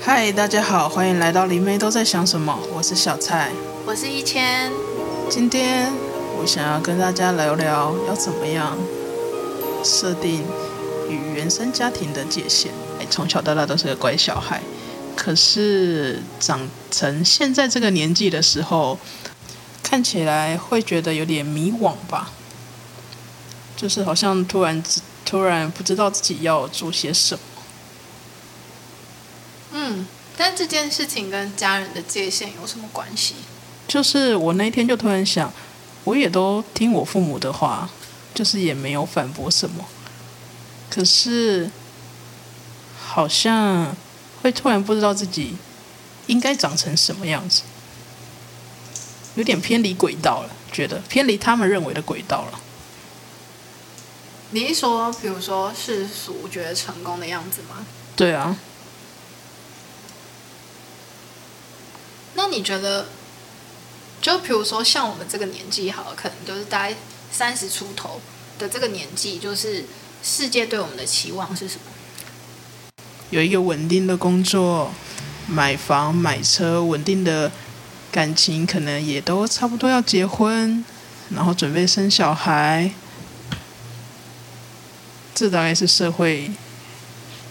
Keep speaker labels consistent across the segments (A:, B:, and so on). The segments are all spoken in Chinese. A: 嗨，大家好，欢迎来到林妹都在想什么，我是小蔡。
B: 我是一千，
A: 今天我想要跟大家聊聊要怎么样设定与原生家庭的界限。哎，从小到大都是个乖小孩，可是长成现在这个年纪的时候，看起来会觉得有点迷惘吧，就是好像突然知突然不知道自己要做些什么。
B: 嗯，但这件事情跟家人的界限有什么关系？
A: 就是我那天就突然想，我也都听我父母的话，就是也没有反驳什么，可是好像会突然不知道自己应该长成什么样子，有点偏离轨道了，觉得偏离他们认为的轨道了。
B: 你一说，比如说世俗觉得成功的样子吗？
A: 对啊，
B: 那你觉得，就比如说像我们这个年纪好了，可能就是大概三十出头的这个年纪，就是世界对我们的期望是什么？
A: 有一个稳定的工作，买房买车，稳定的感情，可能也都差不多要结婚，然后准备生小孩。这大概是社会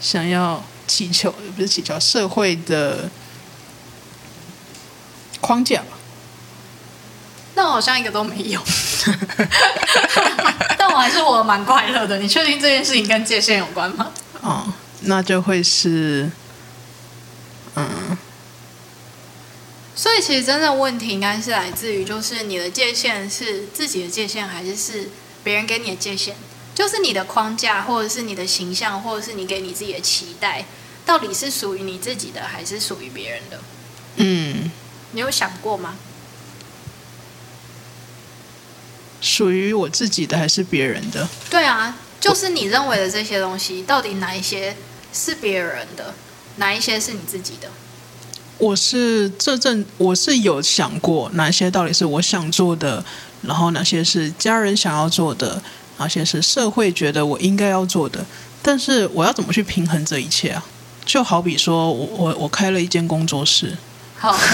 A: 想要祈求，不是祈求社会的框架吧？
B: 那我好像一个都没有， 但我还是活得蛮快乐的。你确定这件事情跟界限有关吗？
A: 哦，那就会是，嗯，
B: 所以其实真正问题应该是来自于，就是你的界限是自己的界限，还是是别人给你的界限？就是你的框架，或者是你的形象，或者是你给你自己的期待，到底是属于你自己的，还是属于别人的？
A: 嗯，
B: 你有想过吗？
A: 属于我自己的还是别人的？
B: 对啊，就是你认为的这些东西，到底哪一些是别人的，哪一些是你自己的？
A: 我是这阵我是有想过哪些到底是我想做的，然后哪些是家人想要做的，哪些是社会觉得我应该要做的。但是我要怎么去平衡这一切啊？就好比说我我我开了一间工作室，
B: 好，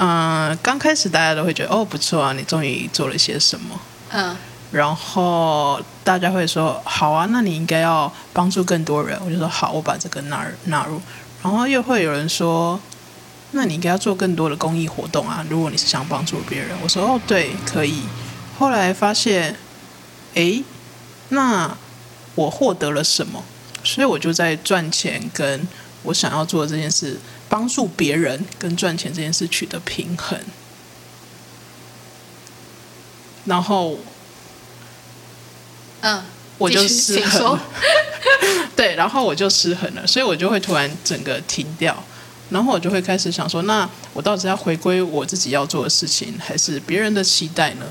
A: 嗯、刚开始大家都会觉得哦不错啊，你终于做了些什么。
B: 嗯，
A: 然后大家会说：“好啊，那你应该要帮助更多人。”我就说：“好，我把这个纳入纳入。”然后又会有人说：“那你应该要做更多的公益活动啊，如果你是想帮助别人。”我说：“哦，对，可以。”后来发现，诶，那我获得了什么？所以我就在赚钱跟我想要做的这件事，帮助别人跟赚钱这件事取得平衡。然后
B: 嗯，
A: 我就
B: 继续
A: 失
B: 请
A: 衡
B: 说
A: 了， 对，然后我就失衡了，所以我就会突然整个停掉，然后我就会开始想说，那我到底要回归我自己要做的事情，还是别人的期待呢？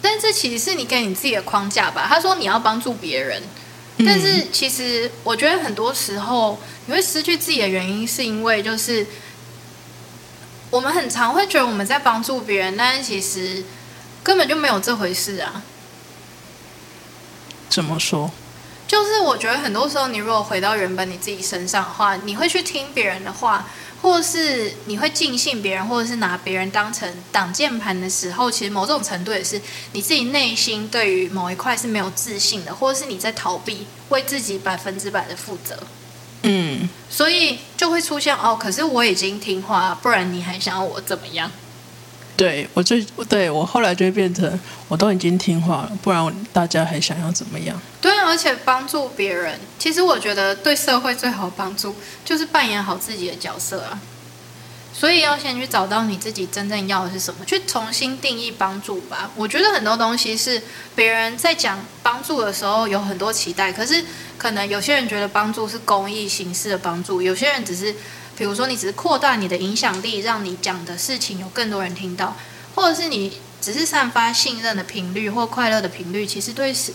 B: 但这其实是你给你自己的框架吧。他说你要帮助别人，但是其实我觉得很多时候你会失去自己的原因，是因为就是我们很常会觉得我们在帮助别人，但是其实根本就没有这回事啊。
A: 怎么说？
B: 就是我觉得很多时候，你如果回到原本你自己身上的话，你会去听别人的话，或是你会尽信别人，或者是拿别人当成挡箭盘的时候，其实某种程度也是你自己内心对于某一块是没有自信的，或者是你在逃避为自己百分之百的负责，
A: 嗯，
B: 所以就会出现哦，可是我已经听话，不然你还想要我怎么样？
A: 对我最对我后来就会变成，我都已经听话了，不然我大家还想要怎么样？
B: 对啊，而且帮助别人，其实我觉得对社会最好的帮助就是扮演好自己的角色啊。所以要先去找到你自己真正要的是什么，去重新定义帮助吧。我觉得很多东西是别人在讲帮助的时候有很多期待，可是可能有些人觉得帮助是公益形式的帮助，有些人只是，比如说你只是扩大你的影响力，让你讲的事情有更多人听到，或者是你只是散发信任的频率或快乐的频率，其实对世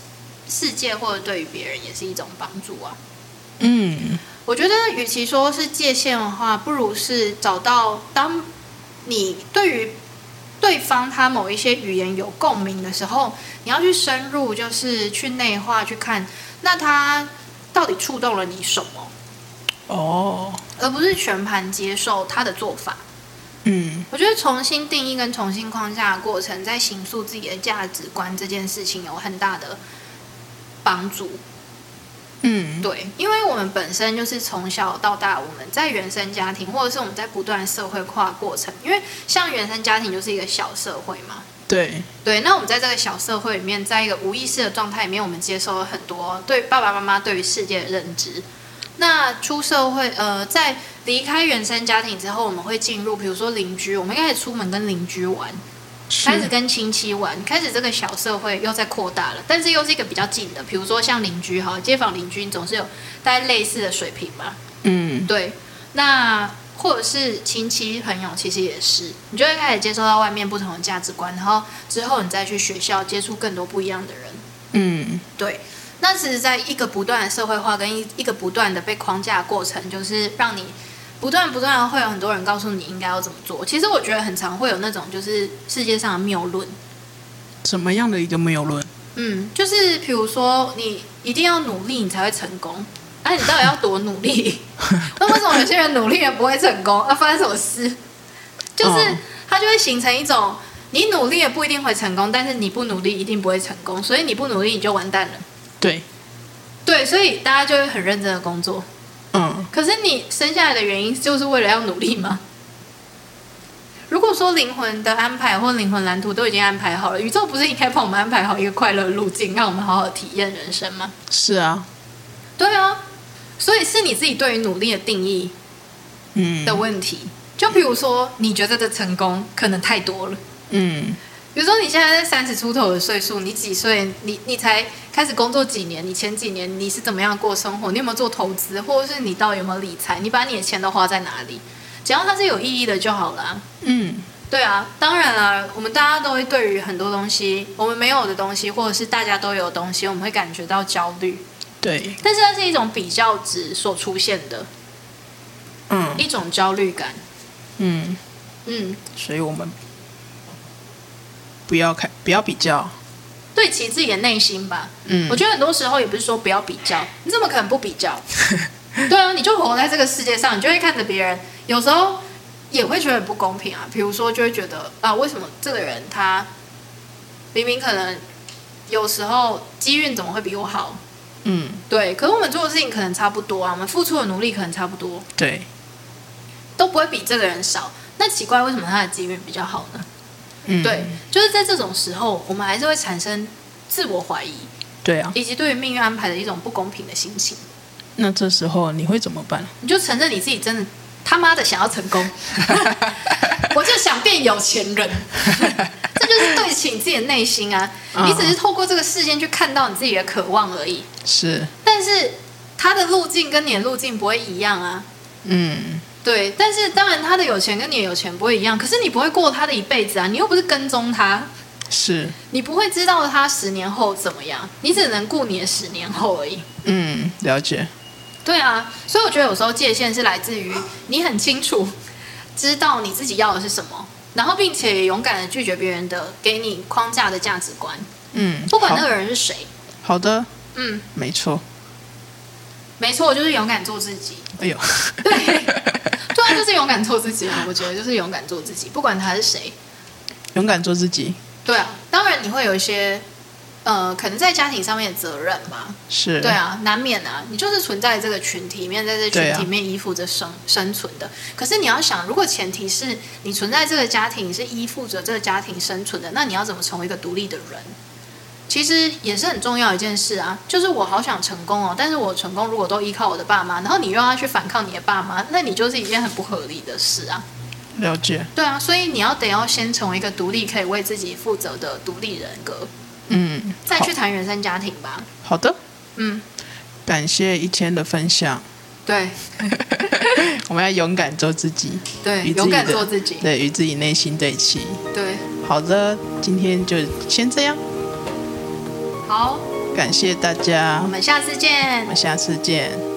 B: 世界或者对于别人也是一种帮助啊。
A: 嗯，
B: 我觉得，与其说是界限的话，不如是找到当你对于对方他某一些语言有共鸣的时候，你要去深入，就是去内化去看，那他到底触动了你什么？
A: 哦，
B: 而不是全盘接受他的做法。
A: 嗯
B: 我觉得重新定义跟重新框架的过程，在形塑自己的价值观这件事情有很大的帮助。
A: 嗯，
B: 对，因为我们本身就是从小到大，我们在原生家庭，或者是我们在不断的社会化过程，因为像原生家庭就是一个小社会嘛。
A: 对，
B: 对，那我们在这个小社会里面，在一个无意识的状态里面，我们接收了很多对爸爸妈妈对于世界的认知。那出社会，呃，在离开原生家庭之后，我们会进入，比如说邻居，我们开始出门跟邻居玩，
A: 是
B: 开始跟亲戚玩，开始这个小社会又在扩大了，但是又是一个比较近的，比如说像邻居哈，街坊邻居，你总是有大概类似的水平嘛，
A: 嗯
B: 对，那或者是亲戚朋友，其实也是，你就会开始接受到外面不同的价值观，然后之后你再去学校接触更多不一样的人，
A: 嗯
B: 对。那其实，在一个不断的社会化跟一一个不断的被框架的过程，就是让你不断不断的会有很多人告诉你应该要怎么做。其实我觉得很常会有那种就是世界上的谬论，
A: 怎么样的一个谬论？
B: 嗯，就是比如说，你一定要努力，你才会成功。哎、你到底要多努力？ 那为什么有些人努力也不会成功？啊，发生什么事？就是
A: 嗯
B: 它就会形成一种，你努力也不一定会成功，但是你不努力一定不会成功，所以你不努力你就完蛋了。
A: 对，
B: 对，所以大家就会很认真的工作。
A: 嗯
B: 可是你生下来的原因就是为了要努力吗？如果说灵魂的安排或灵魂蓝图都已经安排好了，宇宙不是应该帮我们安排好一个快乐路径，让我们好好体验人生吗？
A: 是啊，
B: 对啊，所以是你自己对于努力的定义
A: 嗯
B: 的问题。就比如说，你觉得的成功可能太多了。
A: 嗯
B: 比如说，你现在在三十出头的岁数，你几岁？你你才开始工作几年？你前几年你是怎么样过生活？你有没有做投资，或者是你到底有没有理财？你把你的钱都花在哪里？只要它是有意义的就好了啊、
A: 嗯
B: 对啊，当然啦，我们大家都会对于很多东西，我们没有的东西，或者是大家都有的东西，我们会感觉到焦虑。
A: 对，
B: 但是它是一种比较值所出现的
A: 嗯
B: 一种焦虑感。
A: 嗯，
B: 嗯，
A: 所以我们不要开，不要比较，
B: 对齐自己的内心吧。
A: 嗯
B: 我觉得很多时候也不是说不要比较，你怎么可能不比较？ 对啊，你就活在这个世界上，你就会看着别人，有时候也会觉得很不公平啊。比如说，就会觉得啊，为什么这个人他明明可能有时候机运怎么会比我好？
A: 嗯
B: 对，可是我们做的事情可能差不多啊，我们付出的努力可能差不多，
A: 对，
B: 都不会比这个人少。那奇怪，为什么他的机运比较好呢？
A: 嗯
B: 对，就是在这种时候，我们还是会产生自我怀疑，
A: 对啊，
B: 以及对于命运安排的一种不公平的心情。
A: 那这时候你会怎么 办？
B: 你就承认你自己真的他妈的想要成功，我就想变有钱人，这就是对起你自己的内心啊。
A: 嗯
B: 你只是透过这个事件去看到你自己的渴望而已，
A: 是，
B: 但是他的路径跟你的路径不会一样啊。
A: 嗯
B: 对，但是当然他的有钱跟你的有钱不会一样，可是你不会过他的一辈子啊，你又不是跟踪他，
A: 是，
B: 你不会知道他十年后怎么样，你只能顾你的十年后而已。
A: 嗯，了解，
B: 对啊，所以我觉得有时候界限是来自于你很清楚知道你自己要的是什么，然后并且勇敢的拒绝别人的给你框架的价值观，
A: 嗯，
B: 不管那
A: 好
B: 个人是谁。
A: 好的，
B: 嗯，
A: 没错，
B: 没错，就是勇敢做自己。
A: 哎呦，
B: 对啊，就是勇敢做自己啊！我觉得就是勇敢做自己，不管他是谁。
A: 勇敢做自己，
B: 对啊，当然你会有一些呃，可能在家庭上面的责任嘛。
A: 是，
B: 对，啊，难免啊，你就是存在这个群体里面，在这群
A: 对啊
B: 体里面依附着生、生存的。可是你要想，如果前提是你存在这个家庭，你是依附着这个家庭生存的，那你要怎么成为一个独立的人？其实也是很重要的一件事啊，就是我好想成功哦，但是我成功如果都依靠我的爸妈，然后你又要去反抗你的爸妈，那你就是一件很不合理的事啊。
A: 了解，
B: 对啊，所以你要得要先成为一个独立可以为自己负责的独立人格，
A: 嗯，
B: 再
A: 好
B: 去谈原生家庭吧。
A: 好的，
B: 嗯，
A: 感谢一千的分享，
B: 对
A: 我们要勇敢做自己，
B: 对，
A: 与自己
B: 勇敢
A: 的
B: 做自己，
A: 对，与自己内心对齐。
B: 对。
A: 好的，今天就先这样，
B: 好，
A: 感谢大家
B: 我，们下次见
A: 我，们下次见，